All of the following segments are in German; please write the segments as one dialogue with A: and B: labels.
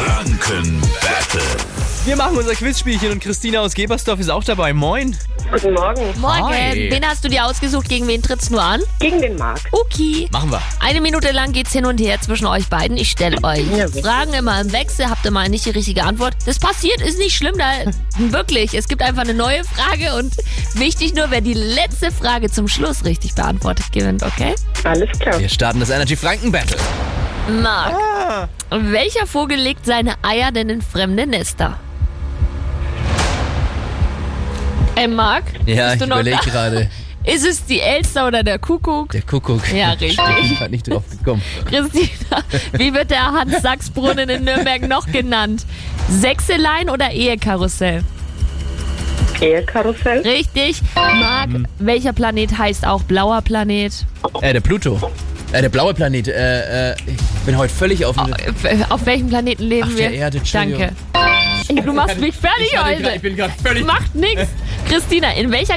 A: Franken Battle.
B: Wir machen unser Quizspielchen und Christina aus Gebersdorf ist auch dabei. Moin.
C: Guten Morgen.
D: Morgen.
B: Hi.
D: Wen hast du dir ausgesucht? Gegen wen tritt's nur an?
C: Gegen den Markt.
D: Okay.
B: Machen wir.
D: Eine Minute lang geht's hin und her zwischen euch beiden. Ich stelle euch Fragen immer im Wechsel, habt ihr mal nicht die richtige Antwort. Das passiert, ist nicht schlimm, da wirklich. Es gibt einfach eine neue Frage und wichtig nur, wer die letzte Frage zum Schluss richtig beantwortet gewinnt, okay?
C: Alles klar.
B: Wir starten das Energy Franken Battle.
D: Marc,
B: Ah.
D: welcher Vogel legt seine Eier denn in fremde Nester? Ey, Äh, Marc?
B: Ja,
D: bist
B: ich
D: du noch
B: überlege
D: da?
B: gerade.
D: Ist es die Elster oder der Kuckuck?
B: Der Kuckuck.
D: Ja, richtig.
B: Ich bin grad nicht drauf gekommen.
D: Christina, wie wird der Hans-Sachs-Brunnen in Nürnberg noch genannt? Sechselein oder Ehekarussell?
C: Ehekarussell.
D: Richtig. Marc,
B: Hm.
D: welcher Planet heißt auch blauer Planet?
B: Äh, der Pluto. Äh, der blaue Planet. Äh, äh, ich bin heute völlig auf dem...
D: Auf welchem Planeten leben
B: Ach,
D: wir?
B: der Erde, Entschuldigung.
D: Danke. Du machst mich fertig heute.
B: bin gerade völlig...
D: Macht nichts. Christina, in welcher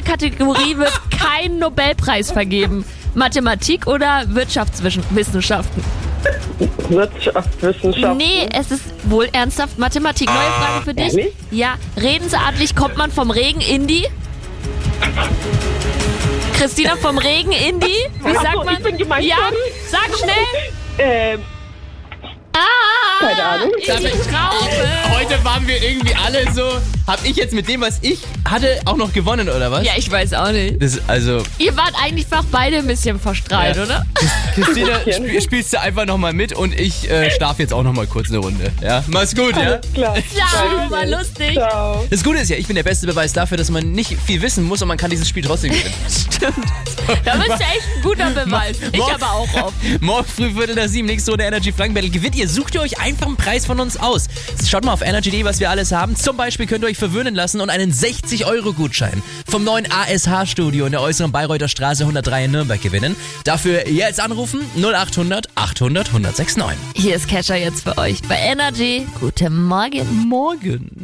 D: Kategorie wird kein Nobelpreis vergeben? Mathematik oder Wirtschaftswissenschaften?
C: Wirtschaftswissenschaft.
D: Nee, es ist wohl ernsthaft Mathematik. Neue Frage für dich.
C: Ah, Ehrlich?
D: Ja, redensartlich kommt man vom Regen in die. Christina, vom Regen in die. Wie
C: Ach
D: sagt
C: so,
D: man?
C: ich bin gemeint,
D: ja,
C: sorry.
D: sag schnell.
C: Ähm,
D: Ah,
C: Keine Ahnung.
D: in die Traufe.
B: Heute waren wir irgendwie alle so... Hab ich jetzt mit dem, was ich hatte, auch noch gewonnen, oder was?
D: Ja, ich weiß auch nicht.
B: Das, also,
D: Ihr wart eigentlich fast beide ein bisschen verstrahlt,
B: Ja.
D: oder?
B: Christina, sp spielst du einfach nochmal mit und ich äh, schlaf jetzt auch nochmal kurz eine Runde. Ja? Mach's gut, ja?
C: klar.
D: Ciao, war lustig.
C: Ciao.
B: Das Gute ist ja, ich bin der beste Beweis dafür, dass man nicht viel wissen muss und man kann dieses Spiel trotzdem gewinnen.
D: Stimmt. Da bist du echt ein guter Beweis. Ich
B: Mach-
D: aber auch oft.
B: Morgen früh Viertel nach sieben, nächste Runde Energy Frank Battle. Gewinnt ihr, sucht ihr euch einfach einen Preis von uns aus. Schaut mal auf energy.de, was wir alles haben. Zum Beispiel könnt ihr euch verwöhnen lassen und einen 60-Euro-Gutschein vom neuen ASH-Studio in der äußeren Bayreuther Straße 103 in Nürnberg gewinnen. Dafür jetzt anrufen 0800 800 1069.
D: Hier ist Catcher jetzt für euch bei Energy. Guten Morgen.
B: Morgen.